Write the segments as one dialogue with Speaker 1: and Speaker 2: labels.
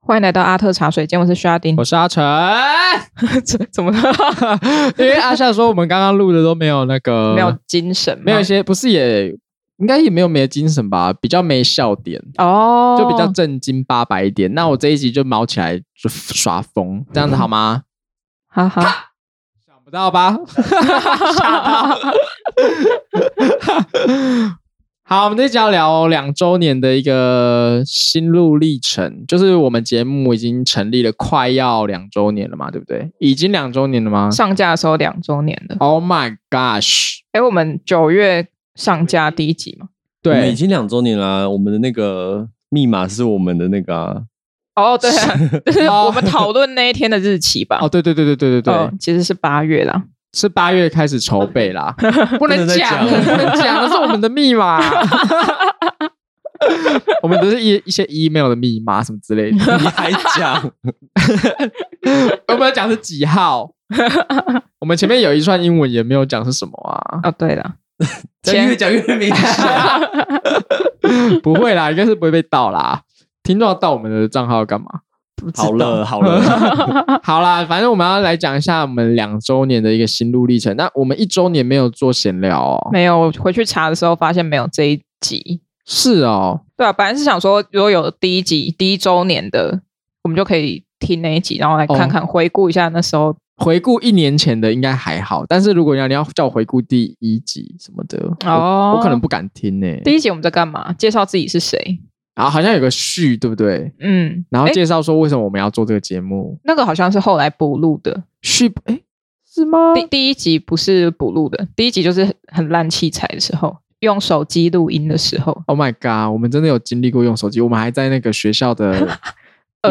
Speaker 1: 欢迎来到阿特茶水间，我是徐阿丁
Speaker 2: 我。是阿成。
Speaker 1: 怎怎么了？
Speaker 2: 因为阿夏说我们刚刚录的都没有那个，
Speaker 1: 没有精神吗，
Speaker 2: 呃没有一些不是也应该也没有没精神吧，比较没笑点，
Speaker 1: 哦，
Speaker 2: 就比较正经八百一点。那我这一集就毛起来就耍疯，这样子好
Speaker 1: 嗯
Speaker 2: 吗？
Speaker 1: 好好。
Speaker 2: 想不到吧？ 好，我们这集要聊两周年的一个心路历程，就是我们节目已经成立了快要两周年了嘛，对不对？已经两周年了吗
Speaker 1: 上架的时候两周年了，
Speaker 2: ？Oh my gosh！
Speaker 1: 哎，我们九月上架第一集嘛。
Speaker 3: 我们
Speaker 2: 对
Speaker 3: 已，经两周年啦、我们的那个密码是我们的那个、啊，
Speaker 1: 哦，对啊， 就是
Speaker 2: 哦
Speaker 1: 我们讨论那一天的日期吧。
Speaker 2: 哦，对对对对对对对，
Speaker 1: 哦，其实是八月 啦。
Speaker 2: 是八月开始筹备 啦，不
Speaker 3: 不能再讲
Speaker 2: 不能讲，那是我们的密 码。我们都是一一些 email 的密码什么之类的，
Speaker 3: 你 还讲？
Speaker 2: 我们要讲是几 号。我们前面有一串英文也没有讲是什么啊，
Speaker 1: 哦，对了，前
Speaker 3: 越讲越明显。
Speaker 2: 不会啦，应该是不会被盗啦。听众要盗我们的账号干嘛？
Speaker 1: 不知道
Speaker 3: 好了好 了，
Speaker 2: 好啦，反正我们要来讲一下我们两周年的一个心路历程。那我们一周年没有做闲聊哦，
Speaker 1: 没有，我回去查的时候发现没有这一集。
Speaker 2: 是哦，
Speaker 1: 对啊，本来是想说，如果有第一集第一周年的，我们就可以听那一集，然后
Speaker 2: 哦
Speaker 1: 来看看、回顾一下那时候。
Speaker 2: 回顾一年前的应该还好，但是如果要你要叫我回顾第一集什么的，
Speaker 1: 哦
Speaker 2: 我我可能不敢听呢、
Speaker 1: 第一集我们在干嘛？介绍自己是谁？
Speaker 2: 然后好像有个序，对不对？
Speaker 1: 嗯，
Speaker 2: 然后
Speaker 1: 诶
Speaker 2: 介绍说为什么我们要做这个节目，
Speaker 1: 那个好像是后来补录的，
Speaker 2: 序哎是吗？
Speaker 1: 第第一集不是补录的，第一集就是很很烂器材的时候，用手机录音的时候，
Speaker 2: Oh my god！我们真的有经历过用手机，我们还在那个学校 的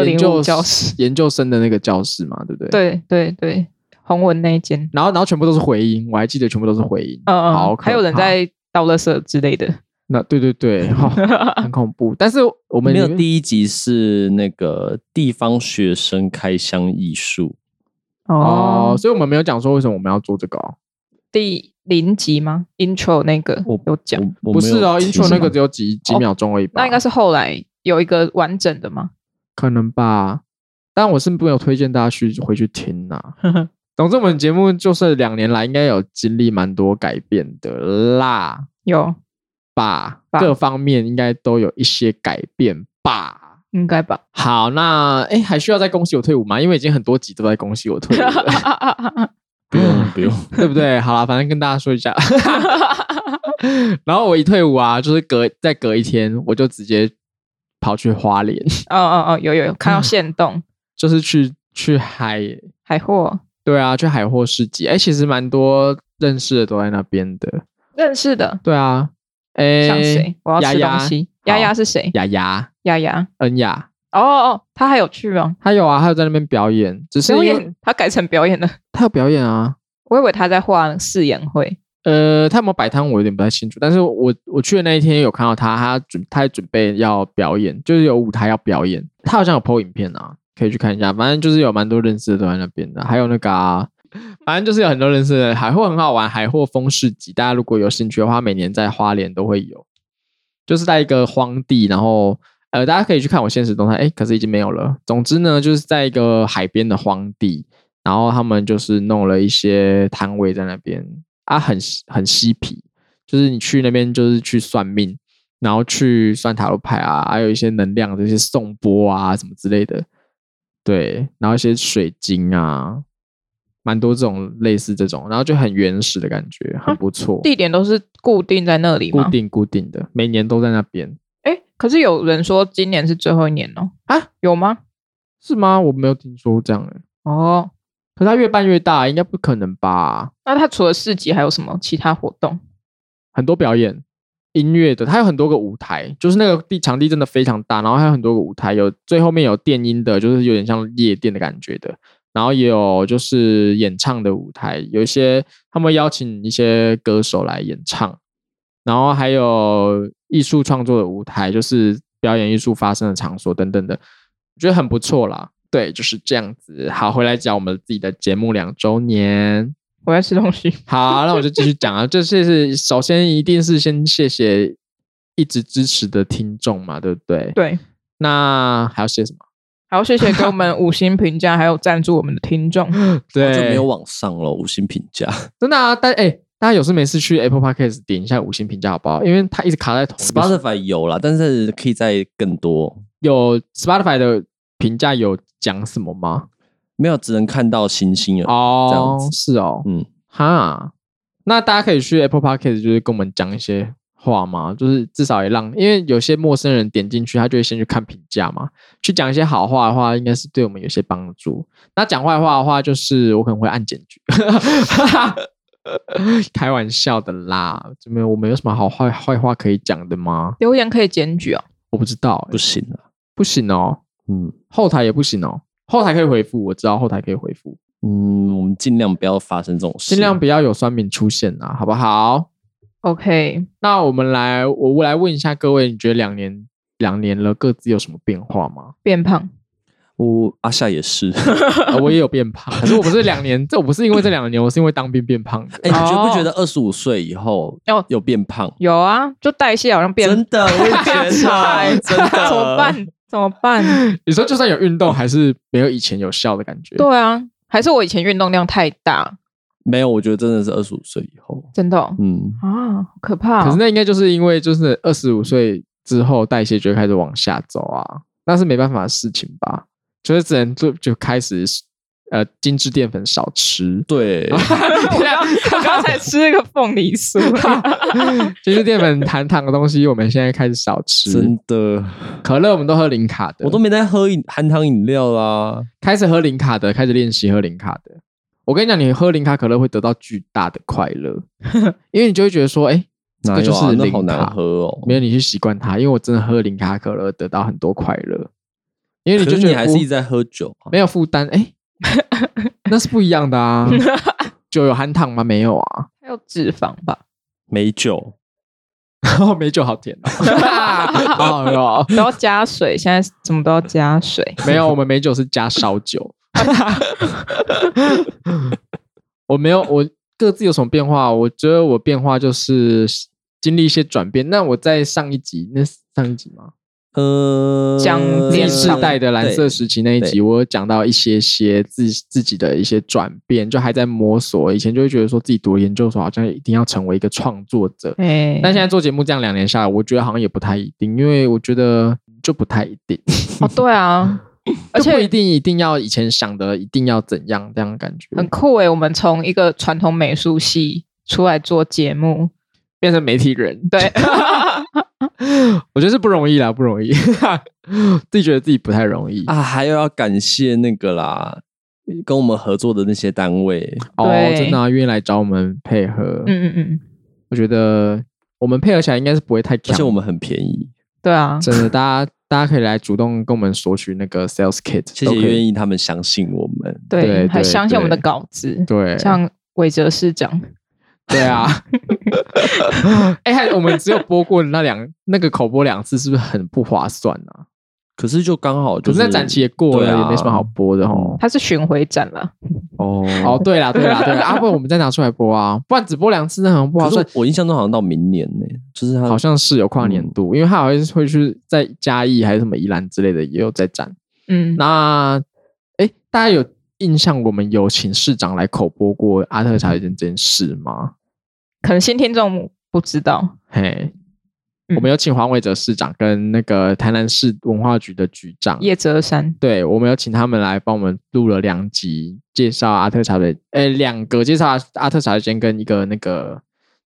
Speaker 2: 研究
Speaker 1: 205教室
Speaker 2: 研究生的那个教室嘛，对不对？。
Speaker 1: 对对对，洪文那一间，
Speaker 2: 然后，然后全部都是回音，我还记得全部都是回音。
Speaker 1: 嗯
Speaker 2: 好
Speaker 1: 嗯，
Speaker 2: 可怕
Speaker 1: 还有人在倒垃圾之类的，
Speaker 2: 那对 对对，好很恐怖。但是我
Speaker 3: 我
Speaker 2: 们
Speaker 3: 们没有
Speaker 2: 里面
Speaker 3: 第一集是那个地方学生开箱艺术，
Speaker 2: 哦
Speaker 1: 哦，，
Speaker 2: 所以我们没有讲说为什么我们要做这个哦。
Speaker 1: 第零集吗？Intro 那个
Speaker 3: 我
Speaker 1: 有讲，
Speaker 3: 我我
Speaker 2: 不
Speaker 3: 没
Speaker 2: 是
Speaker 3: 有啊
Speaker 2: 哦
Speaker 3: 听
Speaker 2: ，intro 那个
Speaker 3: 吗
Speaker 2: 只有几几
Speaker 1: 哦
Speaker 2: 秒钟而已吧？
Speaker 1: 那应该是后来有一个完整的吗？
Speaker 2: 可能吧，但我是没有推荐大家去回去听呐、 总之，我们节目就是两年来应该有经历蛮多改变的啦
Speaker 1: 有，
Speaker 2: 吧，
Speaker 1: 吧
Speaker 2: 各方面应该都有一些改变吧。
Speaker 1: 应该吧。
Speaker 2: 好，那哎，诶还需要再恭喜我退伍吗？因为已经很多集都在恭喜我退伍了，
Speaker 1: 哦
Speaker 3: 不用了不用，
Speaker 2: 对不对？好啦，反正跟大家说 一下。然后我一退伍啊，就是隔再隔一天，我就直接跑去花莲，
Speaker 1: 哦哦哦，有有有看
Speaker 2: 嗯
Speaker 1: 到线动
Speaker 2: 就是去去海
Speaker 1: 海货，
Speaker 2: 对啊，去海货市集，哎、其实蛮多认识的都在那边的。
Speaker 1: 认识的，
Speaker 2: 对啊，哎、
Speaker 1: 像谁？我要吃
Speaker 2: 丫
Speaker 1: 东
Speaker 2: 丫
Speaker 1: 西。丫丫
Speaker 2: 好
Speaker 1: 是谁？
Speaker 2: 雅雅、
Speaker 1: 丫丫。
Speaker 2: 恩雅，
Speaker 1: 哦哦，哦，他还有去吗？
Speaker 2: 她有啊，她有在那边表演，只是
Speaker 1: 表
Speaker 2: 因为
Speaker 1: 演，他改成表演了。
Speaker 2: 她有表演啊。
Speaker 1: 我以为他在画誓言会。
Speaker 2: 呃，她有没有摆摊，我有点不太清楚。但是我我去的那一天有看到她，她准她也准备要表演，就是有舞台要表演。她好像有 PO 影片啊，可以去看一下。反正就是有蛮多认识的都在那边的，还有那个、啊。反正就是有很多认识的海货很好玩，海货风市集，大家如果有兴趣的话，每年在花莲都会有，就是在一个荒地，然后呃，大家可以去看我现实动态，哎，可是已经没有了。总之呢，就是在一个海边的荒地，然后他们就是弄了一些摊位在那边啊，很很嬉皮，就是你去那边就是去算命，然后去算塔罗牌啊，还有一些能量这些颂钵啊什么之类的，对，然后一些水晶啊。蛮多这种类似这种，然后就很原始的感觉，很不错。
Speaker 1: 地点都是固定在那里
Speaker 2: 固
Speaker 1: 吗？
Speaker 2: 定固定的，每年都在那边
Speaker 1: 哎，可是有人说今年是最后一年哦。
Speaker 2: 啊？
Speaker 1: 有吗？
Speaker 2: 是吗？我没有听说这样哎、
Speaker 1: 哦，
Speaker 2: 可是它越办越大，应该不可能吧？
Speaker 1: 那他除了市集还有什么其他活动？
Speaker 2: 很多表演音乐的，它有很多个舞台，就是那个地场地真的非常大，然后还有很多个舞台，有最后面有电音的，就是有点像夜店的感觉的，然后也有就是演唱的舞台，有一些他们会邀请一些歌手来演唱，然后还有艺术创作的舞台，就是表演艺术发生的场所等等的，我觉得很不错啦。对，就是这样子。好，回来讲我们自己的节目两周年。
Speaker 1: 我在吃东西。
Speaker 2: 好，那我就继续讲啊， 就是是首先一定是先谢谢一直支持的听众嘛，对不对？
Speaker 1: 对，
Speaker 2: 那还要谢什么？
Speaker 1: 好，谢谢给我们五星评价，还有赞助我们的听众。
Speaker 2: 对，
Speaker 3: 就没有往上了，五星评 价。
Speaker 2: 真的啊，大哎、大家有事没事去 Apple Podcast 点一下五星评价好不好？因为它一直卡在同一个
Speaker 3: Spotify 有啦，但是可以再更多，
Speaker 2: 有 Spotify 的评价有讲什么吗？
Speaker 3: 没有只能看到星星了。这样
Speaker 2: 哦
Speaker 3: 子，
Speaker 2: 是哦，
Speaker 3: 嗯，
Speaker 2: 哈，那大家可以去 Apple Podcast 就是跟我们讲一些话嘛，就是至少也让，因为有些陌生人点进去，他就会先去看评价嘛，去讲一些好话的话，应该是对我们有些帮助。那讲坏话的话，就是我可能会按检举。 开玩笑的啦，怎么我们有什么好坏坏话可以讲的吗？
Speaker 1: 留言可以检举哦。
Speaker 2: 我不知道欸、
Speaker 3: 不行了。
Speaker 2: 不行哦，
Speaker 3: 嗯
Speaker 2: 后台也不行哦，后台可以回复，我知道后台可以回复，
Speaker 3: 嗯，我们尽量不要发生这种事，
Speaker 2: 尽量不要有酸民出现啊，好不好？
Speaker 1: OK，
Speaker 2: 那我们来，我我来问一下各位，你觉得两年两年了，各自有什么变化 吗？
Speaker 1: 变胖，
Speaker 3: 我阿夏也是。
Speaker 2: 啊我也有变胖，可是我不是两年，这我不是因为这两年，我是因为当兵变胖的。
Speaker 3: 哎、你觉
Speaker 1: 哦
Speaker 3: 不觉得二十五岁以后
Speaker 1: 哦
Speaker 3: 有变胖？
Speaker 1: 有啊，就代谢好像变
Speaker 3: 真 的，我也 觉
Speaker 1: 菜
Speaker 3: 得，真的
Speaker 1: 怎么？办？怎么办？
Speaker 2: 你说就算有运动，还是没有以前有效的感觉。
Speaker 1: 对啊，还是我以前运动量太大，
Speaker 3: 没有，我觉得真的是二十五岁以后，
Speaker 1: 真的哦、
Speaker 3: 嗯，，
Speaker 1: 啊，好可怕哦、
Speaker 2: 可是那应该就是因为就是二十五岁之后代谢就会开始往下走啊，那是没办法的事情吧？就是只能就就开始呃精致淀粉少吃
Speaker 3: 对，
Speaker 2: 啊
Speaker 1: 我刚 我刚才吃那个凤梨酥，
Speaker 2: 精致淀粉含糖的东西我们现在开始少吃
Speaker 3: 真。的，
Speaker 2: 啊可乐我们都喝零卡的，
Speaker 3: 我都没在喝饮含糖饮料啦。
Speaker 2: 开始喝零卡的，开始练习喝零卡的。我跟你讲，你喝零卡可乐会得到巨大的快 乐，因为你就会觉得说，哎、这
Speaker 3: 哪
Speaker 2: 个
Speaker 3: 有
Speaker 2: 就
Speaker 3: 啊
Speaker 2: 是
Speaker 3: 那
Speaker 2: 零
Speaker 3: 好难
Speaker 2: 卡，
Speaker 3: 喝哦。
Speaker 2: 没有你去习惯它。因为我真的喝零卡可乐得到很多快乐，因为你
Speaker 3: 可
Speaker 2: 就是觉得
Speaker 3: 你还是
Speaker 2: 我
Speaker 3: 一直在喝酒啊。
Speaker 2: 没有负担， 哎、那是不一样的 啊。酒有含糖吗？没有 啊。
Speaker 1: 还有脂肪吧？
Speaker 3: 美酒，
Speaker 2: 然后美酒好甜 哦，好好喝哦
Speaker 1: 都要加水，现在怎么都要加水。
Speaker 2: 没有，我们美酒是加烧酒。 我没有，我各自有什么变化？我觉得我变化就是经历一些转变。那我在上一集，那是上一集吗？
Speaker 3: 呃，
Speaker 1: 讲
Speaker 2: 第
Speaker 1: 年
Speaker 2: 世
Speaker 1: 长
Speaker 2: 代的蓝色
Speaker 3: 对
Speaker 2: 时期那一集，
Speaker 3: 对
Speaker 2: 我有讲到一些些自自己的一些转变，就还在摸索。以前就会觉得说自己读研究所好像一定要成为一个创作者，
Speaker 1: 哎、
Speaker 2: 但现在做节目这样两年下来，我觉得好像也不太一定，因为我觉得就不太一定。
Speaker 1: 哦，对啊，而
Speaker 2: 就不一
Speaker 1: 且
Speaker 2: 定一定要以前想的一定要怎样这样的感觉，
Speaker 1: 很酷欸诶、我们从一个传统美术系出来做节目，
Speaker 2: 变成媒体人，
Speaker 1: 对，
Speaker 2: 我觉得是不容易啦，不容易， 自己觉得自己不太容易。
Speaker 3: 啊，还有要感谢那个啦，跟我们合作的那些单位，
Speaker 2: 哦，
Speaker 1: 对
Speaker 2: 真的、啊、愿意来找我们配合，
Speaker 1: 嗯嗯嗯，
Speaker 2: 我觉得我们配合起来应该是不会太
Speaker 3: 而且
Speaker 2: 呛
Speaker 3: 我们很便宜，
Speaker 1: 对啊，
Speaker 2: 真的，大家大家可以来主动跟我们索取那个 sales kit，
Speaker 3: 谢
Speaker 2: 都
Speaker 3: 谢
Speaker 2: 可以
Speaker 3: 愿意他们相信我们。
Speaker 1: 对，
Speaker 2: 对
Speaker 1: 还
Speaker 2: 对
Speaker 1: 相信我们的
Speaker 2: 对
Speaker 1: 稿子，
Speaker 2: 对，
Speaker 1: 像韦哲市长，
Speaker 2: 对啊， 哎、还我们只有播过那两那个口播两次，是不是很不划算啊？
Speaker 3: 可是就刚好
Speaker 2: 可
Speaker 3: 就是是
Speaker 2: 那展期也过了，
Speaker 3: 对啊
Speaker 2: 也没什么好播的哦。
Speaker 1: 他是巡回展了，
Speaker 3: 哦
Speaker 2: 哦，对啦，对啦，对啦，啊，不然我们再拿出来播啊，不然只播两次那很不划
Speaker 3: 可
Speaker 2: 算
Speaker 3: 是。我印象中好像到明年呢、就是他
Speaker 2: 好像是有跨年度，因为他好像是会去在嘉义还是什么宜兰之类的也有在展。
Speaker 1: 嗯，
Speaker 2: 那，哎，大家有印象我们有请市长来口播过阿特茶水间这件事吗？
Speaker 1: 可能新听众不知道，
Speaker 2: 嘿，
Speaker 1: 嗯
Speaker 2: 我们有请黄伟哲市长跟那个台南市文化局的局长
Speaker 1: 叶哲山，
Speaker 2: 对，我们有请他们来帮我们录了两集介绍阿特茶的，呃，两个介绍阿阿特茶的间跟一个那个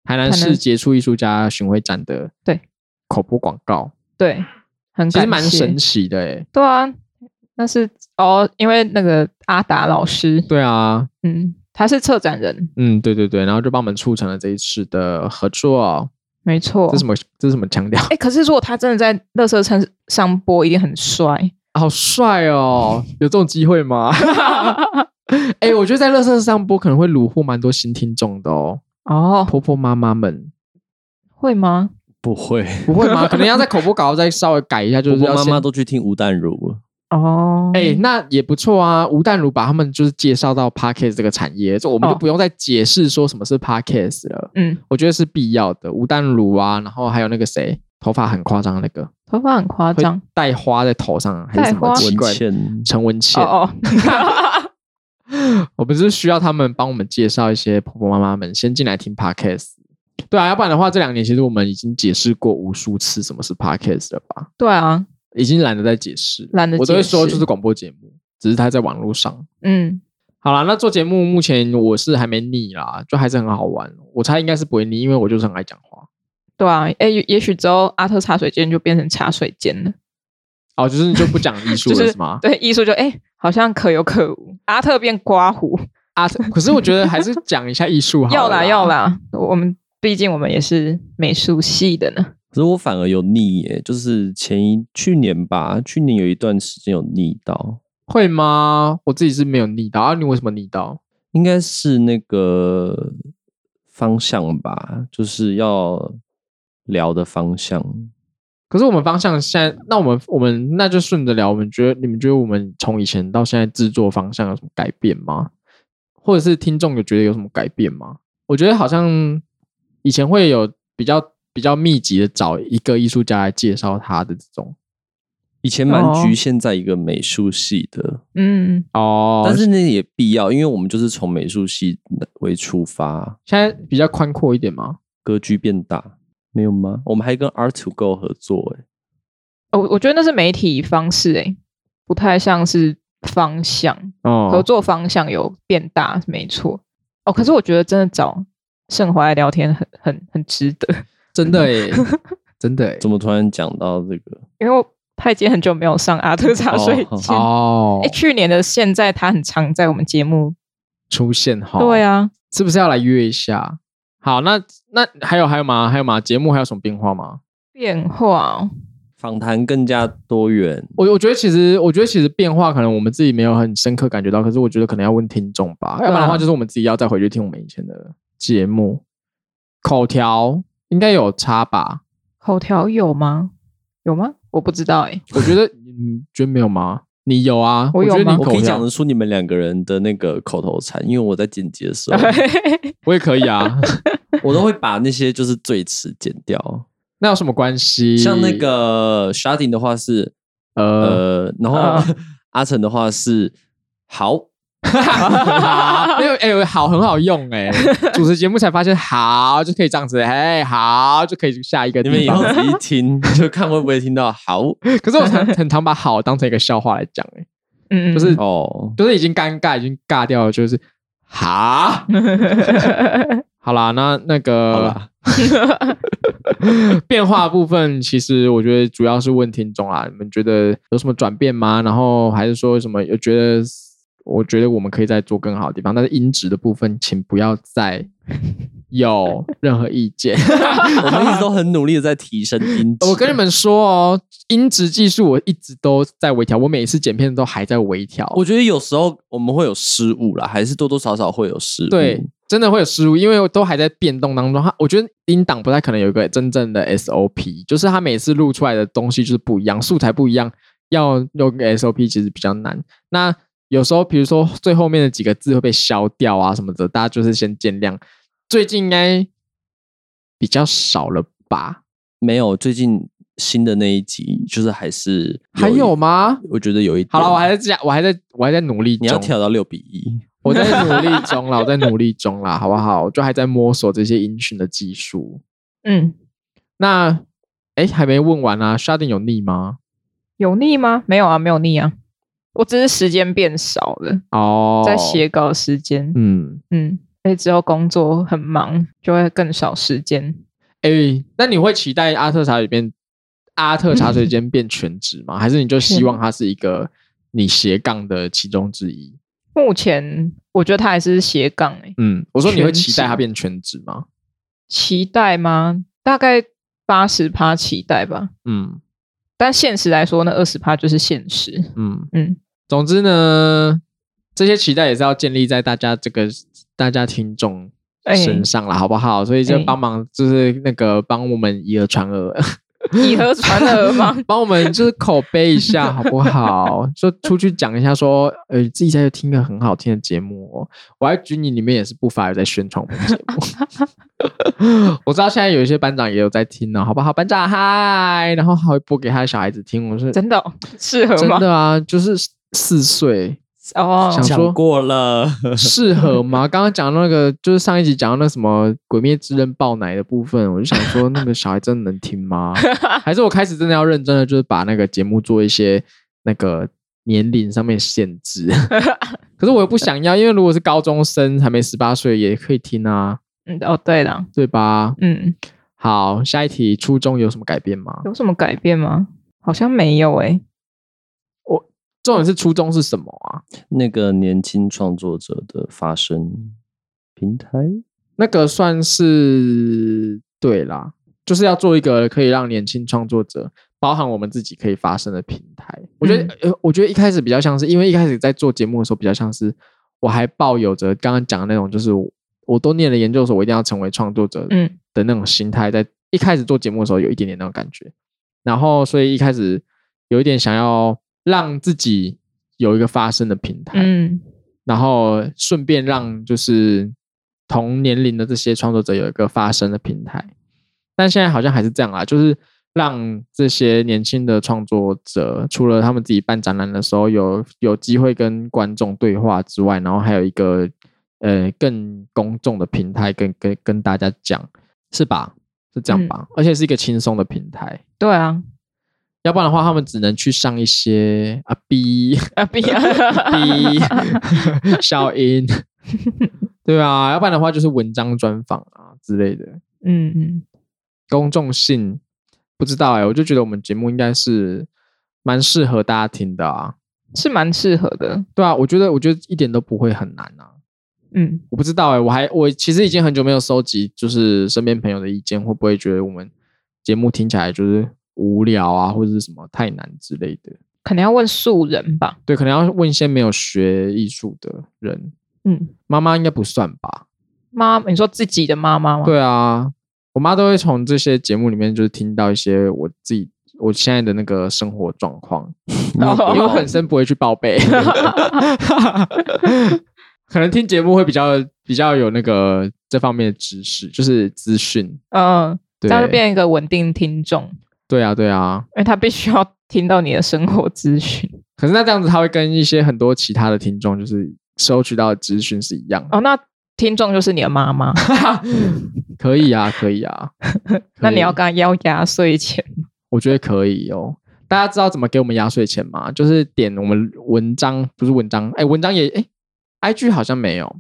Speaker 2: 台南
Speaker 1: 台南
Speaker 2: 市杰出艺术家巡回展的
Speaker 1: 对
Speaker 2: 口播广告，
Speaker 1: 对，很
Speaker 2: 其
Speaker 1: 感
Speaker 2: 实
Speaker 1: 谢，
Speaker 2: 蛮神奇的诶。
Speaker 1: 对啊，那是哦，因为那个阿达老师，
Speaker 2: 对啊，
Speaker 1: 嗯，他是策展人，
Speaker 2: 嗯，对对对，然后就帮我们促成了这一次的合作。哦
Speaker 1: 没错
Speaker 2: 这是。什么？这是什么腔调？
Speaker 1: 哎、可是如果他真的在乐色称上播，一定很 帅。
Speaker 2: 好帅哦！有这种机会吗？ 哎、我觉得在乐色上播可能会虏获蛮多新听众的哦，
Speaker 1: 哦，
Speaker 2: 婆婆妈妈们
Speaker 1: 会吗？
Speaker 3: 不 会，
Speaker 2: 不会吗？可能要在口播稿再稍微改一下，就
Speaker 3: 就是
Speaker 2: 要
Speaker 3: 妈
Speaker 2: 先
Speaker 3: 妈都去听吴淡如了。
Speaker 1: 哦，
Speaker 2: 哎、那也不错啊。吴淡如把他们就是介绍到 podcast 这个产业，这我们就
Speaker 1: 哦
Speaker 2: 不用再解释说什么是 podcast 了。
Speaker 1: 嗯，
Speaker 2: 我觉得是必要的。吴淡如啊，然后还有那个谁，头发很夸张的那个，
Speaker 1: 头发很夸
Speaker 2: 会
Speaker 1: 张。
Speaker 2: 戴花在头上啊还是什
Speaker 1: 戴
Speaker 2: 么
Speaker 1: 花
Speaker 2: 奇怪
Speaker 3: 文
Speaker 2: 的？
Speaker 3: 倩
Speaker 2: 陈文茜，
Speaker 1: 哦哦，
Speaker 2: 我们是需要他们帮我们介绍一些婆婆妈妈们先进来听 podcast。对啊，要不然的话，这两年其实我们已经解释过无数次什么是 podcast 了吧？
Speaker 1: 对啊，
Speaker 2: 已经懒得再解释，
Speaker 1: 懒得
Speaker 2: 我都会
Speaker 1: 解释
Speaker 2: 说就是广播节目，只是它在网络上。
Speaker 1: 嗯，
Speaker 2: 好啦，那做节目目前我是还没腻啦，就还是很好玩。哦我猜应该是不会腻，因为我就是很爱讲话。
Speaker 1: 对啊，哎，也也许之后阿特茶水间就变成茶水间了。
Speaker 2: 哦，就是你就不讲艺术
Speaker 1: 就
Speaker 2: 了是吗？
Speaker 1: 对，艺术就哎，好像可有可无。阿特变刮胡，
Speaker 2: 啊，可是我觉得还是讲一下艺术好了。
Speaker 1: 要啦要。啦，我们毕竟我们也是美术系的呢。
Speaker 3: 可是我反而有腻耶，就是前一去年吧，去年有一段时间有腻到，
Speaker 2: 会吗？我自己是没有腻到啊，你为什么腻到？
Speaker 3: 应该是那个方向吧，就是要聊的方向。
Speaker 2: 可是我们方向现在，那我们我们那就顺着聊。我们觉得你们觉得我们从以前到现在制作方向有什么改变吗？或者是听众有觉得有什么改变吗？我觉得好像以前会有比较比较密集的找一个艺术家来介绍他的这种
Speaker 3: 以前蛮
Speaker 1: 哦
Speaker 3: 局限在一个美术系的，
Speaker 1: 嗯，
Speaker 2: 哦
Speaker 3: 但是那也必要，因为我们就是从美术系为出发，
Speaker 2: 现在比较宽阔一点吗？
Speaker 3: 格局变大，没有吗？我们还跟 Art to Go 合作，哎，
Speaker 1: 我我觉得那是媒体方式，哎，不太像是方向，
Speaker 2: 哦，
Speaker 1: 合作方向有变大，没错。哦，可是我觉得真的找盛华来聊天很很很值得，
Speaker 2: 真的 诶，真的诶。
Speaker 3: 怎么突然讲到这个？
Speaker 1: 因为我他已经很久没有上阿特茶水
Speaker 3: 哦
Speaker 1: 间。
Speaker 2: 哦
Speaker 1: 哎，，去年的现在他很常在我们节目。
Speaker 2: 出现哈，
Speaker 1: 对啊，
Speaker 2: 是不是要来约一下？好，那那还有还有吗？还有吗？节目还有什么变化吗？
Speaker 1: 变化哦
Speaker 3: 访谈更加多元，
Speaker 2: 我我觉得其实，我觉得其实变化可能我们自己没有很深刻感觉到，可是我觉得可能要问听众吧，
Speaker 1: 啊
Speaker 2: 要不然的话就是我们自己要再回去听我们以前的节目，口条应该有差吧？
Speaker 1: 口条有吗？有吗？我不知道哎、
Speaker 2: 我 觉得你觉得没有吗？你有啊？
Speaker 1: 我有
Speaker 2: 觉得
Speaker 1: 吗
Speaker 2: 你
Speaker 3: 我
Speaker 2: 口
Speaker 3: 可以
Speaker 2: 条
Speaker 3: 讲得出你们两个人的那个口头禅，因为我在剪辑 的时候，
Speaker 2: 我也可以啊，
Speaker 3: 我都会把那些就是最词剪掉。
Speaker 2: 那有什么关系？
Speaker 3: 像那个 Sharding 的话是
Speaker 2: 呃，
Speaker 3: 呃，然后、
Speaker 1: 啊
Speaker 3: 阿成的话是 好，呃
Speaker 2: 没有哎、好很好用哎、主持节目才发现好就可以这样子，哎好就可以下一个
Speaker 3: 你
Speaker 2: 地
Speaker 3: 们以
Speaker 2: 方
Speaker 3: 后。仔细听，就看会不会听到好
Speaker 2: 可是我常很常把好当成一个笑话来讲、欸，
Speaker 1: 嗯，
Speaker 2: 就是
Speaker 3: 哦。
Speaker 2: 就是已经尴尬，已经尬掉了，就是哈。 好啦，那那
Speaker 3: 好
Speaker 2: 个
Speaker 3: 啦，
Speaker 2: 变化部分，其实我觉得主要是问听众啦，你们觉得有什么转变吗？然后还是说什么？有觉得我觉得我们可以再做更好的地方，但是音质的部分，请不要再有任何意见。
Speaker 3: 我们一直都很努力的在提升音 质。
Speaker 2: 我跟你们说哦，音质技术我一直都在微调，我每一次剪片都还在微调。
Speaker 3: 我觉得有时候我们会有失误啦，还是多多少少会有失误。
Speaker 2: 对，真的会有失误，因为都还在变动当中。它我觉得音档不太可能有一个真正的 SOP，就是它每次录出来的东西就是不一样，素材不一样，要有个 SOP 其实比较难。那有时候比如说最后面的几个字会被消掉啊什么的，大家就是先见谅。最近应该比较少了吧？
Speaker 3: 没有最近新的那一集，就是还是
Speaker 2: 还有？吗？
Speaker 3: 我觉得有一点
Speaker 2: 好了，我还在加，我还在我还在努力中。
Speaker 3: 你要跳到六比一，
Speaker 2: 我在努 力中啦，我在努力中啦，好不好？我就还在摸索这些音讯的技术。
Speaker 1: 嗯，
Speaker 2: 那哎，还没问完啊 s h a d i n 有腻吗？
Speaker 1: 有腻吗？没有啊，没有腻啊，我只是时间变少了，
Speaker 2: 哦，
Speaker 1: 在写，稿时间，
Speaker 2: 嗯，
Speaker 1: 嗯，而且之后工作很忙，就会更少时间。
Speaker 2: 哎，那你会期待阿特茶水变阿特茶水间变全职吗？还是你就希望它是一个你斜杠的其中之一？
Speaker 1: 目前我觉得他还是斜杠欸诶、
Speaker 2: 嗯，我说你会期
Speaker 1: 全
Speaker 2: 待
Speaker 1: 职
Speaker 2: 它变全职吗？
Speaker 1: 期待吗？大概八十趴期待吧，
Speaker 2: 嗯
Speaker 1: 但现实来说，那二十趴就是现实。
Speaker 2: 嗯，
Speaker 1: 嗯，
Speaker 2: 总之呢，这些期待也是要建立在大家这个大家听众。
Speaker 1: 哎
Speaker 2: 身上了，好不好？所以就
Speaker 1: 哎
Speaker 2: 帮忙，就是那个帮我们以讹传讹，
Speaker 1: 以讹传讹 吗？
Speaker 2: 帮我们就是口碑一下好不好？就出去讲一下说，呃，自己在听个很好听的节目哦。我还举你里面也是不乏有在宣传我们节目， 我知道现在有一些班长也有在听哦呢，好不好？班长嗨，然后还会播给他的小孩子听。我说
Speaker 1: 真的哦适合
Speaker 2: 真
Speaker 1: 吗？
Speaker 2: 的啊，就是四岁，
Speaker 1: 哦，
Speaker 2: 想说
Speaker 3: 讲过了，
Speaker 2: 适合吗？刚刚讲到那个，就是上一集讲到那什么《鬼灭之刃》爆奶的部分，我就想说，那个小孩真的能听吗？还是我开始真的要认真的，就是把那个节目做一些那个年龄上面限制。可是我又不想要，因为如果是高中生还没十八岁也可以听啊，
Speaker 1: 嗯，哦，对了，
Speaker 2: 对吧？
Speaker 1: 嗯，
Speaker 2: 好，下一题，初中有什么改变吗？
Speaker 1: 有什么改变吗？好像没有欸诶、
Speaker 2: 重点是初中是什么啊？
Speaker 3: 那个年轻创作者的发声平台，
Speaker 2: 那个算是对啦，就是要做一个可以让年轻创作者，包含我们自己可以发声的平台。我觉得，呃，我觉得一开始比较像是，因为一开始在做节目的时候，比较像是我还抱有着刚刚讲的那种，就是我我都念了研究所，我一定要成为创作者
Speaker 1: 嗯
Speaker 2: 的那种心态，在一开始做节目的时候有一点点那种感觉。然后，所以一开始有一点想要让自己有一个发声的平台。
Speaker 1: 嗯
Speaker 2: 然后顺便让就是同年龄的这些创作者有一个发声的平台。但现在好像还是这样啦，就是让这些年轻的创作者，除了他们自己办展览的时候有有机会跟观众对话之外，然后还有一个呃更公众的平台跟跟跟大家讲，是吧？是这样吧？而且是一个轻松的平台，
Speaker 1: 对啊，
Speaker 2: 要不然的话，他们只能去上一些啊 B
Speaker 1: 啊，不 要，
Speaker 2: 逼消音，对啊，要不然的话就是文章专访啊之类的，
Speaker 1: 嗯嗯，
Speaker 2: 公众性不知道哎、我就觉得我们节目应该是蛮适合大家听的啊，
Speaker 1: 是蛮适合的，
Speaker 2: 对啊，我觉得我觉得一点都不会很难啊，
Speaker 1: 嗯
Speaker 2: 我不知道哎、我还我其实已经很久没有收集就是身边朋友的意见，会不会觉得我们节目听起来就是无聊啊，或者是什么太难之类的？
Speaker 1: 可能要问素人吧，
Speaker 2: 对，可能要问一些没有学艺术的人，
Speaker 1: 嗯，
Speaker 2: 妈妈应该不算吧？
Speaker 1: 妈，你说自己的妈妈吗？，
Speaker 2: 对啊，我妈都会从这些节目里面就是听到一些我自己我现在的那个生活状况，
Speaker 1: 哦
Speaker 2: 因为我本身不会去 报备，可能听节目会比较比较有那个这方面的知识，就是资讯。
Speaker 1: 嗯，这
Speaker 2: 对，
Speaker 1: 样就变成一个稳定听众，因
Speaker 2: 对啊，对啊。
Speaker 1: 为他必须要听到你的生活资讯。
Speaker 2: 可是那这样子，他会跟一些很多其他的听众就是收取到的资讯是一样的。
Speaker 1: 哦，那听众就是你的妈 妈，
Speaker 2: 可以啊，可以 啊。
Speaker 1: 那
Speaker 2: 可
Speaker 1: 你
Speaker 2: 以
Speaker 1: 要跟她要压岁钱，
Speaker 2: 我觉得可以哦。大家知道怎么给我们压岁钱吗？就是点我们文章，不是文章，哎，文章也哎，IG 好像没有，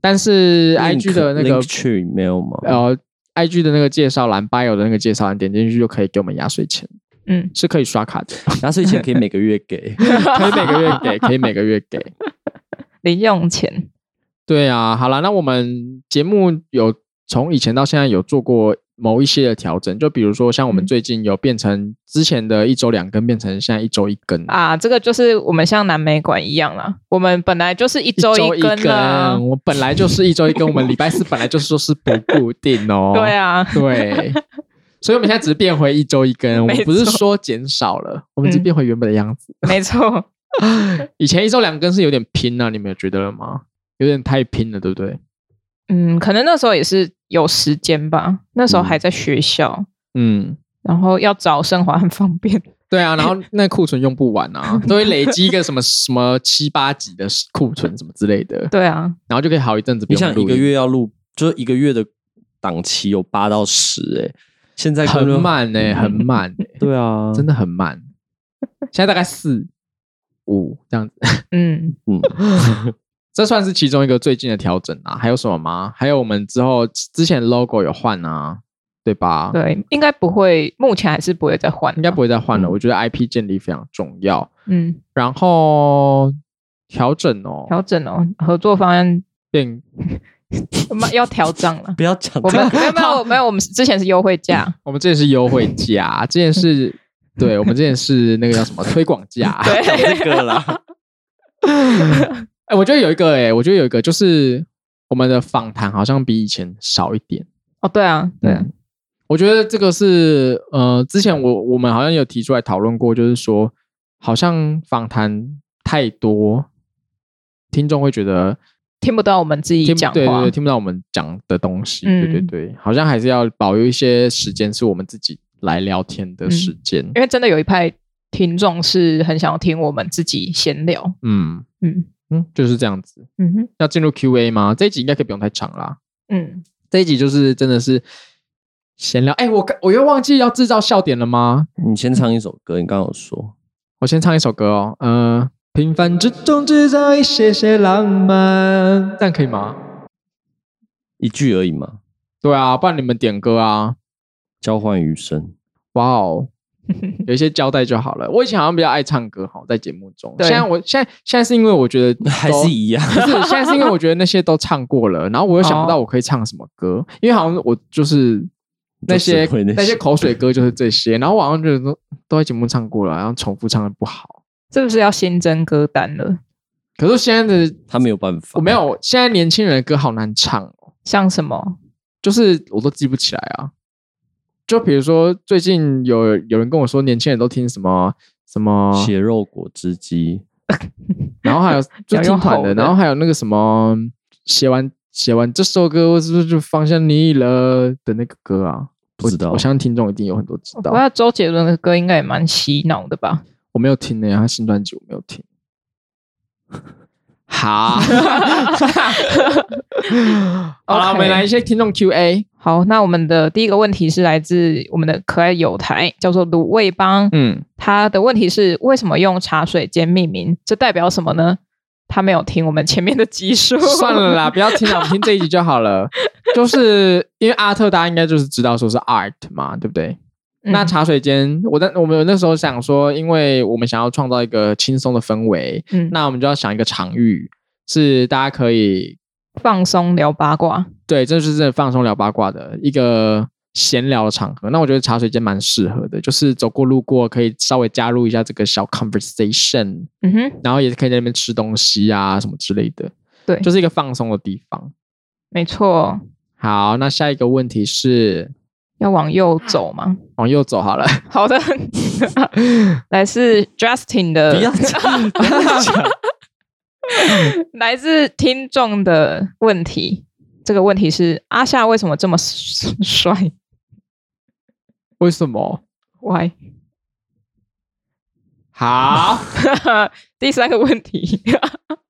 Speaker 2: 但是 IG 的那个
Speaker 3: 去没有吗？
Speaker 2: 呃，IG 的那个介绍栏，bio 的那个介绍栏，点进去就可以给我们压岁钱，
Speaker 1: 嗯，
Speaker 2: 是可以刷卡的，
Speaker 3: 压岁钱可以每个月给，
Speaker 2: 可以每个月给，可以每个月给。
Speaker 1: 零用钱，
Speaker 2: 对啊，好啦，那我们节目有从以前到现在有做过某一些的调整，就比如说像我们
Speaker 1: 嗯
Speaker 2: 最近有变成之前的一周两更，变成现在一周一更
Speaker 1: 啊，这个就是我们像南美馆一样啦，我们本来就是一 啊
Speaker 2: 一
Speaker 1: 周
Speaker 2: 一
Speaker 1: 更啦，
Speaker 2: 我本来就是一周一根，我们礼拜四本来就是说是不固定哦。
Speaker 1: 对，啊，
Speaker 2: 对，所以我们现在只是变回一周一根，我
Speaker 1: 没
Speaker 2: 们
Speaker 1: 错
Speaker 2: 不是说减少了，我们只是
Speaker 1: 嗯
Speaker 2: 变回原本的样子。
Speaker 1: 没错，
Speaker 2: 以前一周两根是有点拼啊，你们有觉得了吗？有点太拼了，对不对？
Speaker 1: 嗯，可能那时候也是有时间吧，那时候
Speaker 3: 嗯
Speaker 1: 还在学校，
Speaker 2: 嗯，
Speaker 1: 然后要找生活很方便，
Speaker 2: 对啊，然后那库存用不完啊，都会累积一个什么什么七八级的库存什么之类的，
Speaker 1: 对啊，
Speaker 2: 然后就可以好一阵子不
Speaker 3: 你
Speaker 2: 用
Speaker 3: 想
Speaker 2: 录
Speaker 3: 一
Speaker 2: 音。
Speaker 3: 个月要录，就是一个月的档期有八到十，哎，现在根
Speaker 2: 很
Speaker 3: 本就，
Speaker 2: 慢呢、很慢、欸，
Speaker 3: 对
Speaker 1: 嗯
Speaker 3: 啊，
Speaker 2: 真的很 慢。现在大概四五这样子。
Speaker 1: 嗯，
Speaker 3: 嗯，
Speaker 2: 这算是其中一个最近的调整啊。还有什么吗？还有我们之后之前 logo 有换啊，对吧？，
Speaker 1: 对，应该不会，目前还是不会再换，
Speaker 2: 应该不，会再换了。
Speaker 3: 嗯。
Speaker 2: 我觉得 IP 建立非常重要。
Speaker 1: 嗯，
Speaker 2: 然后调整哦，
Speaker 1: 调整哦，合作方案
Speaker 2: 变
Speaker 1: 要要调整了
Speaker 3: 不要讲
Speaker 1: 我
Speaker 3: 这
Speaker 1: 们
Speaker 3: 个，
Speaker 1: 没有没有没有，我们之前是优惠价，
Speaker 2: 我们之前是优惠价， 之前是，对我们之前是那个叫什么推广价。
Speaker 1: 对
Speaker 3: 讲这个啦，
Speaker 2: 哎、我觉得有一个哎、我觉得有一个就是我们的访谈好像比以前少一点。
Speaker 1: 哦，对啊，对啊，
Speaker 2: 嗯我觉得这个是呃，之前我我们好像有提出来讨论过，就是说好像访谈太多，听众会觉得
Speaker 1: 听不到我们自己
Speaker 2: 听
Speaker 1: 讲
Speaker 2: 对对
Speaker 1: 话
Speaker 2: 对，。听不到我们讲的东西，
Speaker 1: 嗯
Speaker 2: 对对对，好像还是要保留一些时间是我们自己来聊天的时间，
Speaker 1: 因为真的有一派听众是很想要听我们自己闲聊。
Speaker 2: 嗯
Speaker 1: 嗯
Speaker 2: 嗯，就是这样子。
Speaker 1: 嗯哼
Speaker 2: 要进入 Q&A 吗？这一集应该可以不用太长啦，
Speaker 1: 嗯，
Speaker 2: 这一集就是真的是闲聊。哎，我刚我又忘记要制造笑点了吗？
Speaker 3: 你先唱一首歌，你刚刚有说，
Speaker 2: 我先唱一首歌哦，呃，平凡之中制造一些些浪漫，这样可以吗？
Speaker 3: 一句而已嘛，
Speaker 2: 对啊，不然你们点歌啊。
Speaker 3: 交换余生。
Speaker 2: 哇哦，有一些交代就好了。我以前好像比较爱唱歌，哈，在节目中。
Speaker 1: 对
Speaker 2: 现在我现在现在是因为我觉得都
Speaker 3: 还是一样
Speaker 2: 不是，现在是因为我觉得那些都唱过了，然后我又想不
Speaker 3: 哦
Speaker 2: 到我可以唱什么歌，因为好像我就是那些
Speaker 3: 就是会那些
Speaker 2: 那些口水歌就是这些，然后我好像觉得都都在节目唱过了，然后重复唱的不好。
Speaker 1: 是不是要新增歌单了？
Speaker 2: 可是现在的
Speaker 3: 他没有办法，
Speaker 2: 我没有，现在年轻人的歌好难唱哦，
Speaker 1: 像什么？
Speaker 2: 就是我都记不起来啊。就比如说最近有有人跟我说，年轻人都听什么什么
Speaker 3: 血肉果汁机，
Speaker 2: 然后还 有就
Speaker 1: 要
Speaker 2: 听
Speaker 1: 用
Speaker 2: 团
Speaker 1: 吼
Speaker 2: 的，
Speaker 1: 的
Speaker 2: 然后还有那个什么写完写完这首歌，我是不是就放下你了的那个歌啊？
Speaker 3: 不知道
Speaker 2: 我，我相信听众一定有很多知道
Speaker 1: 我。觉得周杰伦的歌应该也蛮洗脑的吧？
Speaker 2: 我没有听呢、他新专辑我没有 听。好， 好了，我们
Speaker 1: OK
Speaker 2: 来 一些听众 Q&A。
Speaker 1: 好，那我们的第一个问题是来自我们的可爱友台，叫做卤味帮。
Speaker 2: 嗯，
Speaker 1: 他的问题是为什么用茶水间命名？这代表什么呢？他没有听我们前面的集数，
Speaker 2: 算了啦，不要听了，我们听这一集就 好了。就是因为阿特，大家应该就是知道说是 art 嘛，对不对？
Speaker 1: 嗯。
Speaker 2: 那茶水间，我在我们那时候想说，因为我们想要创造一个轻松的氛围，
Speaker 1: 嗯，
Speaker 2: 那我们就要想一个场域，是大家可以
Speaker 1: 放松聊八卦，
Speaker 2: 对，这就是真的放松聊八卦的一个闲聊的场合。那我觉得茶水间蛮适合的，就是走过路过可以稍微加入一下这个小 conversation，
Speaker 1: 嗯哼，
Speaker 2: 然后也可以在那边吃东西啊什么之类的，
Speaker 1: 对
Speaker 2: 就是一个放松的地方。
Speaker 1: 没错，
Speaker 2: 好，那下一个问题是
Speaker 1: 要往右走嘛。
Speaker 2: 往右走好了。
Speaker 1: 好的， 来自 Justin 的，
Speaker 3: 不要 讲，不要讲
Speaker 1: 来自听众的问题。这个问题是阿夏为什么这么 帅
Speaker 2: 为什么？
Speaker 1: ？Why？
Speaker 2: 好，
Speaker 1: 第三个问题，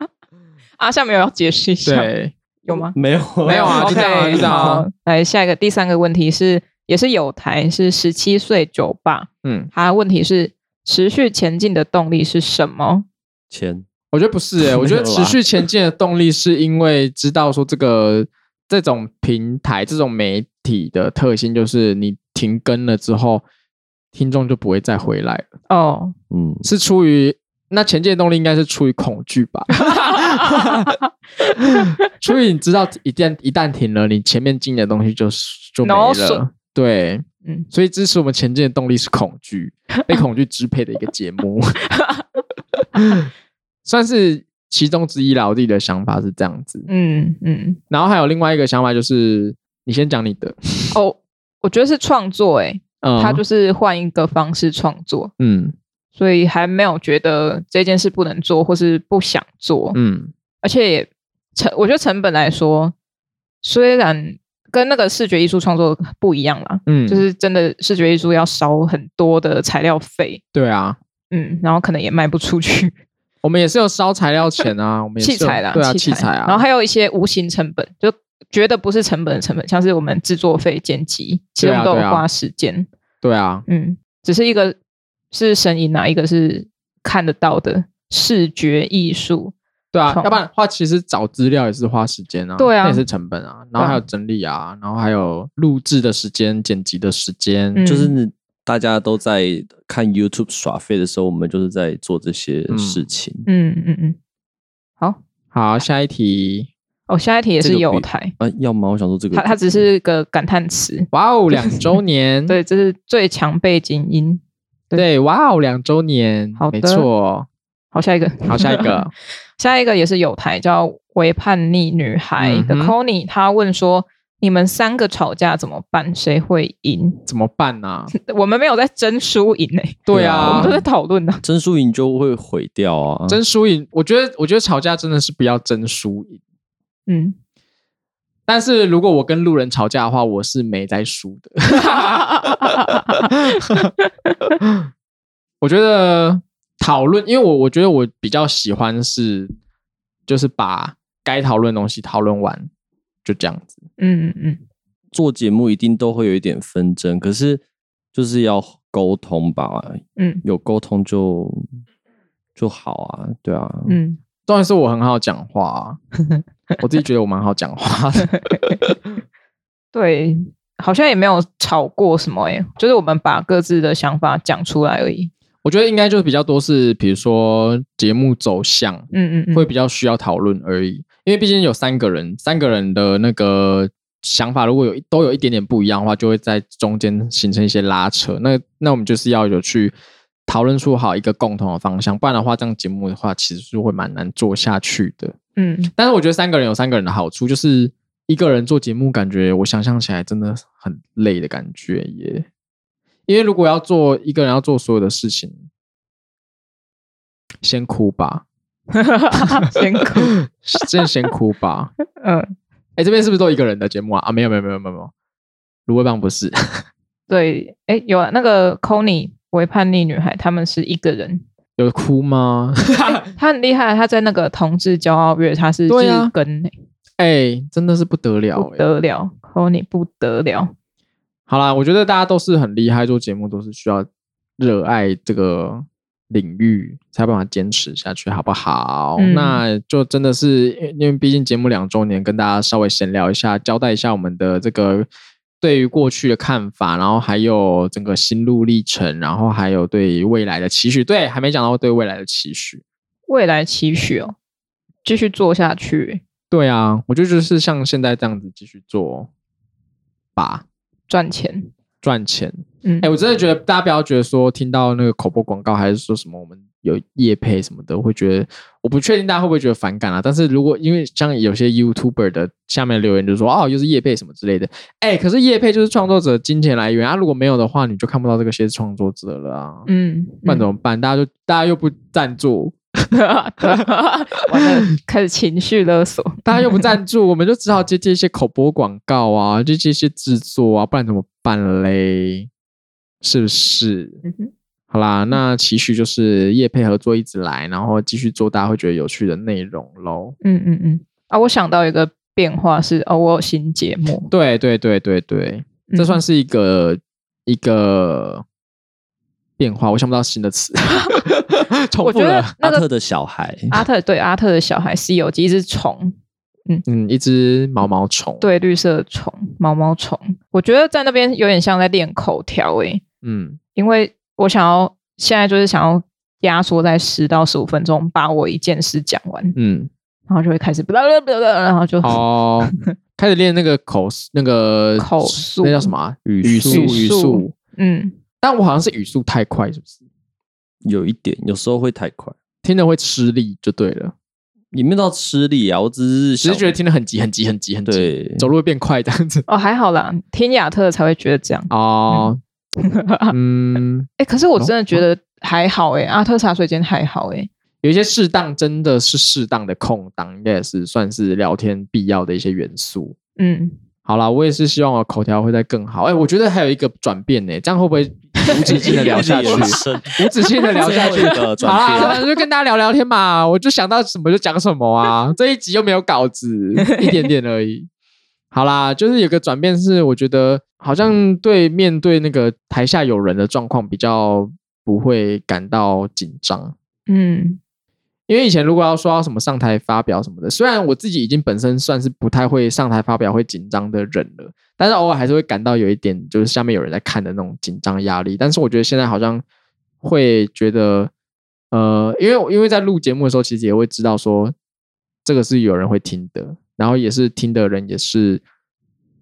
Speaker 1: 阿夏没有要解释一下，
Speaker 2: 对，
Speaker 1: 有吗？
Speaker 3: 没有
Speaker 2: 没有啊
Speaker 1: OK，
Speaker 2: 就这样啊就这样啊
Speaker 1: 好来下一个第三个问题是，也是有台是十七岁酒吧，
Speaker 2: 嗯，
Speaker 1: 他问题是持续前进的动力是什么？
Speaker 3: 钱
Speaker 2: 我觉得不是诶、
Speaker 3: 没有
Speaker 2: 我觉得
Speaker 3: 啦
Speaker 2: 持续前进的动力是因为知道说这个这种平台、这种媒体的特性，就是你停更了之后，听众就不会再回来了，
Speaker 1: 哦，
Speaker 3: 嗯，
Speaker 2: 是出于。那前进的动力应该是出于恐惧吧， 出于你知道一旦一旦停了，你前面进的东西就就没
Speaker 1: 脑
Speaker 2: 了
Speaker 1: 损。
Speaker 2: 对，
Speaker 1: 嗯，
Speaker 2: 所以支持我们前进的动力是恐惧，被恐惧支配的一个节目， 算是其中之一啦。我自己的想法是这样子，
Speaker 1: 嗯嗯，
Speaker 2: 然后还有另外一个想法就是，你先讲你的，
Speaker 1: 哦，我觉得是创作、欸，
Speaker 2: 嗯，
Speaker 1: 他就是换一个方式创作，
Speaker 2: 嗯
Speaker 1: 所以还没有觉得这件事不能做或是不想做，
Speaker 2: 嗯
Speaker 1: 而且也成，我觉得成本来说，虽然跟那个视觉艺术创作不一样啦，
Speaker 2: 嗯，
Speaker 1: 就是真的视觉艺术要烧很多的材料费，
Speaker 2: 对啊，
Speaker 1: 嗯，然后可能也卖不出去
Speaker 2: 我们也是有烧材料钱啊，我们也是
Speaker 1: 器
Speaker 2: 有
Speaker 1: 材啦，
Speaker 2: 对啊，
Speaker 1: 器
Speaker 2: 器材啊，
Speaker 1: 然后还有一些无形成本，就觉得不是成本的成本，像是我们制作费、剪辑，其实我
Speaker 2: 对啊
Speaker 1: 们都
Speaker 2: 对
Speaker 1: 有
Speaker 2: 啊
Speaker 1: 花时间，
Speaker 2: 对啊，
Speaker 1: 嗯，只是一个是声音啊，一个是看得到的视觉艺术，
Speaker 2: 对啊，
Speaker 1: 创
Speaker 2: 要不然的话，其实找资料也是花时间啊，
Speaker 1: 对啊
Speaker 2: 那也是成本啊，然后还有
Speaker 1: 对
Speaker 2: 整理啊，然后还有录制的时间、剪辑的时间，
Speaker 1: 嗯
Speaker 3: 就是大家都在看 YouTube 耍废的时候，我们就是在做这些事情。
Speaker 1: 嗯嗯嗯，好，
Speaker 2: 好，下一题。
Speaker 1: 哦，下一题也
Speaker 3: 这
Speaker 1: 是
Speaker 3: 个比
Speaker 1: 有台，
Speaker 2: 嗯
Speaker 3: 啊，要吗？我想说这个，
Speaker 1: 它它只是个感叹词，
Speaker 2: 哇哦，两 周年！
Speaker 1: 对，这是最强背景音。对
Speaker 2: 对，哇哦，两周年，
Speaker 1: 好的
Speaker 2: 没错。
Speaker 1: 好，下一个，
Speaker 2: 好，下一 个，
Speaker 1: 下一个也是有台叫“为叛逆女孩”的
Speaker 2: 嗯哼
Speaker 1: Conny，、她问说：“你们三个吵架怎么办？谁会赢
Speaker 2: 怎么 办呢、啊？？”
Speaker 1: 我们没有在争输赢诶，
Speaker 2: 对
Speaker 1: 我
Speaker 2: 啊
Speaker 1: 们都，在讨论呢。
Speaker 3: 真输赢就会毁掉啊。
Speaker 2: 争输赢，我觉得，我觉得吵架真的是不要争输赢，
Speaker 1: 嗯，
Speaker 2: 但是如果我跟路人吵架的话，我是没在输的。
Speaker 1: 嗯
Speaker 2: 我觉得讨论，因为我我觉得我比较喜欢是，就是把该讨论的东西讨论完，就这样子。
Speaker 1: 嗯嗯
Speaker 3: 做节目一定都会有一点纷争，可是就是要沟通吧，
Speaker 1: 嗯
Speaker 3: 有沟通就就好啊，对啊，
Speaker 1: 嗯嗯，
Speaker 2: 重点是我很好讲话、啊，我自己觉得我蛮好讲话的。
Speaker 1: 对，好像也没有吵过什么诶、就是我们把各自的想法讲出来而已。
Speaker 2: 我觉得应该就是比较多是，比如说节目走向
Speaker 1: 嗯嗯嗯，
Speaker 2: 会比较需要讨论而已，因为毕竟有三个人，三个人的那个想法如果有一都有一点点不一样的话，就会在中间形成一些拉扯。那那我们就是要有去讨论出好一个共同的方向，不然的话，这样节目的话其实是会蛮难做下去的。
Speaker 1: 嗯
Speaker 2: 但是我觉得三个人有三个人的好处，就是一个人做节目，感觉我想象起来真的很累的感觉耶。因为如果要做一个人要做所有的事情，先哭吧，
Speaker 1: 先哭。
Speaker 2: 真的先哭吧。
Speaker 1: 嗯，
Speaker 2: 哎，这边是不是都一个人的节目啊？啊，没有没有没有没有没有，芦苇棒不是。
Speaker 1: 对，哎，有啊，那个 c o n y 为叛逆女孩，他们是一个人，
Speaker 2: 有哭吗？
Speaker 1: 她很厉害，她在那个同志骄傲月，她是
Speaker 2: 对啊
Speaker 1: 日更欸、
Speaker 2: 哎，真的是不得了
Speaker 1: 不
Speaker 2: 哎。
Speaker 1: 得了 c o n y 不得了。
Speaker 2: 好啦，我觉得大家都是很厉害，做节目都是需要热爱这个领域，才有办法坚持下去，好不好？
Speaker 1: 嗯
Speaker 2: 那就真的是因因为毕竟节目两周年，跟大家稍微闲聊一下，交代一下我们的这个对于过去的看法，然后还有整个心路历程，然后还有对于未来的期许。对，还没讲到对未来的期许。
Speaker 1: 未来期许哦，继续做下去，
Speaker 2: 对啊，我觉得就是像现在这样子继续做吧，
Speaker 1: 赚钱。
Speaker 2: 赚钱。
Speaker 1: 嗯，
Speaker 2: 哎、我真的觉得大家不要觉得说听到那个口播广告，还是说什么我们有业配什么的，会觉得我不确定大家会不会觉得反感啊。但是如果因为像有些 YouTuber 的下面留言就说哦，又是业配什么之类的，哎、可是业配就是创作者金钱来源啊，如果没有的话，你就看不到这个些创作者了啊。
Speaker 1: 嗯，
Speaker 2: 不然
Speaker 1: 嗯
Speaker 2: 怎么办？大家就大家又不赞助，
Speaker 1: 完了，开始情绪勒索。
Speaker 2: 大家又不赞助，我们就只好接接一些口播广告啊，接接一些制作啊，不然怎么办嘞？是不是？
Speaker 1: 嗯哼
Speaker 2: 好啦，那期许就是业配合作一直来，然后继续做大家会觉得有趣的内容喽。
Speaker 1: 嗯嗯嗯。啊，我想到一个变化是，哦，我有新节目，嗯
Speaker 2: 对对对对对，这算
Speaker 1: 是
Speaker 2: 是一个、一个变化，我想不到新的 词，重
Speaker 1: 我
Speaker 2: 复
Speaker 1: 觉得
Speaker 2: 了。
Speaker 1: 那
Speaker 3: 阿
Speaker 1: 个
Speaker 3: 特的小孩，
Speaker 2: 啊
Speaker 1: 阿特对阿特的小孩《西游记》一只虫，
Speaker 2: 嗯，一只毛毛虫。，
Speaker 1: 对绿色的虫毛毛虫，我觉得在那边有点像在练口条诶、
Speaker 2: 嗯，
Speaker 1: 因为我想要现在就是想要压缩在十到十五分钟，把我一件事讲完，
Speaker 2: 嗯，
Speaker 1: 然后就会开始 blah blah blah blah，然后就
Speaker 2: 哦，开始练那个口那个
Speaker 1: 口述
Speaker 2: 那叫什么啊、
Speaker 3: 语
Speaker 2: 语
Speaker 3: 速
Speaker 2: 速语
Speaker 1: 语速
Speaker 2: 速。
Speaker 1: 嗯
Speaker 2: 但我好像是语速太快，是不是？
Speaker 3: 有一点，有时候会太快，
Speaker 2: 听着会吃力就对了，
Speaker 3: 也没有到吃力啊，我只是
Speaker 2: 只
Speaker 3: 想
Speaker 2: 是觉得听得很急很急很急很急，
Speaker 3: 对，
Speaker 2: 走路会变快这样子。
Speaker 1: 哦还好啦，听亚特才会觉得这样。
Speaker 2: 哦， 嗯，
Speaker 1: 哎、可是我
Speaker 2: 哦
Speaker 1: 真的觉得还好哎、阿特茶水间还好哎、
Speaker 2: 有一些适当真的是适当的空档，应该也是算是聊天必要的一些元素。
Speaker 1: 嗯，
Speaker 2: 好啦，我也是希望我口条会再更好。哎、我觉得还有一个转变呢、这样会不会无止境的聊下去？
Speaker 3: 一直延伸
Speaker 2: 无止境的聊 下去
Speaker 3: 最后一个。转
Speaker 2: 好啊啦，
Speaker 3: 变
Speaker 2: 就跟大家聊聊天嘛，我就想到什么就讲什么啊。这一集又没有稿子，一点点而已。好啦，就是有个转变是，我觉得好像对面对那个台下有人的状况比较不会感到紧张。
Speaker 1: 嗯
Speaker 2: 因为以前如果要说要什么上台发表什么的，虽然我自己已经本身算是不太会上台发表会紧张的人了，但是偶尔还是会感到有一点就是下面有人在看的那种紧张压力。但是我觉得现在好像会觉得，呃，因为因为在录节目的时候，其实也会知道说这个是有人会听的，然后也是听的人也是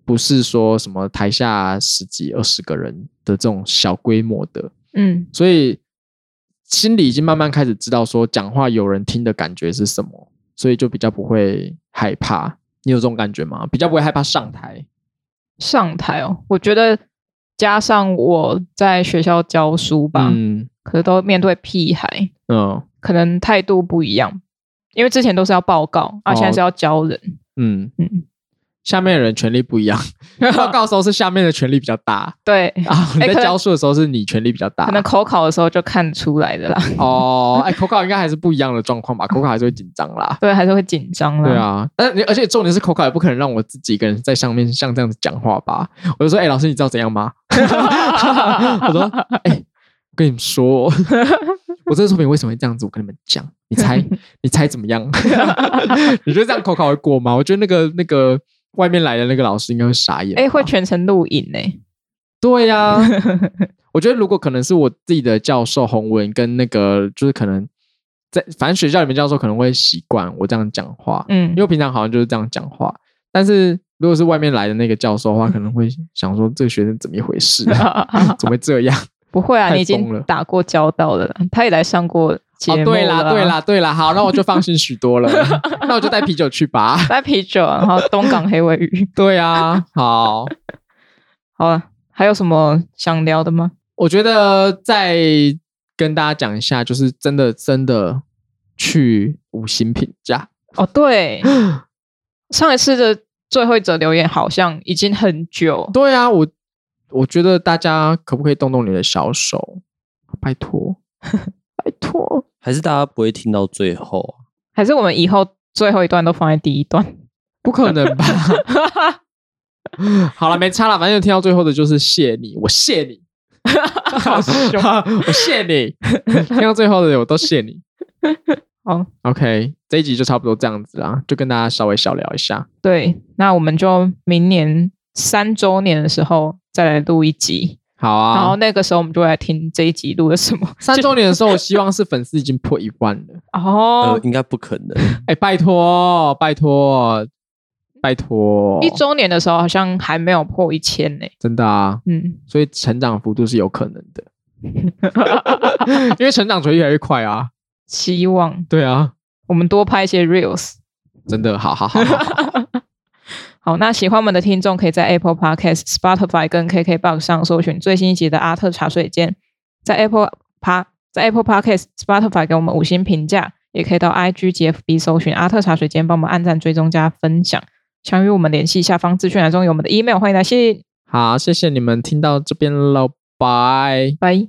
Speaker 2: 不是说什么台下十几二十个人的这种小规模的，
Speaker 1: 嗯
Speaker 2: 所以心里已经慢慢开始知道说讲话有人听的感觉是什么，所以就比较不会害怕。你有这种感觉吗？比较不会害怕上台。
Speaker 1: 上台哦，我觉得加上我在学校教书吧，
Speaker 2: 嗯
Speaker 1: 可是都面对屁孩，
Speaker 2: 嗯，
Speaker 1: 可能态度不一样，因为之前都是要报告啊，
Speaker 2: 哦
Speaker 1: 现在是要教人，
Speaker 2: 嗯，
Speaker 1: 嗯，
Speaker 2: 下面的人权力不 一样，报告的时候是下面的权力比较大
Speaker 1: 对，
Speaker 2: 啊，你
Speaker 1: 哎
Speaker 2: 在
Speaker 1: 可能
Speaker 2: 教书的时候是你权力比较大
Speaker 1: 可，能口考的时候就看出来的啦。
Speaker 2: 哦，哎，口考应该还是不一样的状况吧，口考还是会紧张啦。
Speaker 1: 对，还是会紧张啦。
Speaker 2: 对，啊，但你而且重点是口考也不可能让我自己一个人在上面像这样子讲话吧？我就说，哎、老师，你知道怎样吗？ 我说，哎、我跟你们说，我这个作品为什么会这样子？我跟你们讲，你猜，你猜怎么样？ 你觉得这样口考会过吗？我觉得那个那个外面来的那个老师应该会傻眼吧。
Speaker 1: 哎、会全程录影呢、
Speaker 2: 对呀、我觉得如果可能是我自己的教授洪文跟那个就是可能在反正学校里面教授可能会习惯我这样讲话，
Speaker 1: 嗯
Speaker 2: 因为，我平常好像就是这样讲话，但是如果是外面来的那个教授的话，可能会想说这个学生怎么一回事、 啊，怎么会这样？
Speaker 1: 不会啊，
Speaker 2: 太
Speaker 1: 你已
Speaker 2: 疯了
Speaker 1: 经打过交道了啦，他也来上过节
Speaker 2: 哦，
Speaker 1: 目、啊
Speaker 2: 对啦，对，啦，对啦，好，那我就放心许多了， 那我就带啤酒去吧。
Speaker 1: 带啤酒啊，然后东港黑尾鱼。
Speaker 2: 对啊，好，
Speaker 1: 好了，还有什么想聊的吗？
Speaker 2: 我觉得再跟大家讲一下，就是真的真的去五星评价。
Speaker 1: 哦， 对，上一次的最后一则留言好像已经很久，
Speaker 2: 对啊，我我觉得大家可不可以动动你的小手，拜托，拜托。
Speaker 3: 还是大家不会听到最后啊？
Speaker 1: 还是我们以后最后一段都放在第一段？
Speaker 2: 不可能 吧？好了，没差了，反正听到最后的就是谢你，我谢你，
Speaker 1: 好 凶
Speaker 2: 我谢你，听到最后的我都谢你。
Speaker 1: 好，
Speaker 2: OK，这一集就差不多这样子啦，就跟大家稍微小聊一下。
Speaker 1: 对，那我们就明年三周年的时候再来录一集，
Speaker 2: 好啊，
Speaker 1: 然后那个时候我们就来听这一集录了什么。
Speaker 2: 三周年的时候，我希望是粉丝已经破一万了。
Speaker 1: 哦
Speaker 3: 呃，，应该不可能。
Speaker 2: 哎、拜托，拜托，拜托，
Speaker 1: 一周年的时候好像还没有破一千呢。
Speaker 2: 真的啊，
Speaker 1: 嗯，
Speaker 2: 所以成长幅度是有可能 的，因为成长会越来越快啊。
Speaker 1: 希望
Speaker 2: 对啊，
Speaker 1: 我们多拍一些 reels。
Speaker 2: 真的，好好好好好
Speaker 1: 好，那喜欢我们的听众可以在 Apple Podcast、Spotify 跟 KKBox 上搜寻最新一集的《阿特茶水间》，在 Apple 趴在 Apple Podcast、Spotify 给我们五星评价，也可以到 IG、GFB 搜寻《阿特茶水间》，帮我们按赞、追踪、加分享。想与我们联系，下方资讯栏中有我们的 email，欢迎来信。
Speaker 2: 好，谢谢你们听到这边了，拜。
Speaker 1: 拜。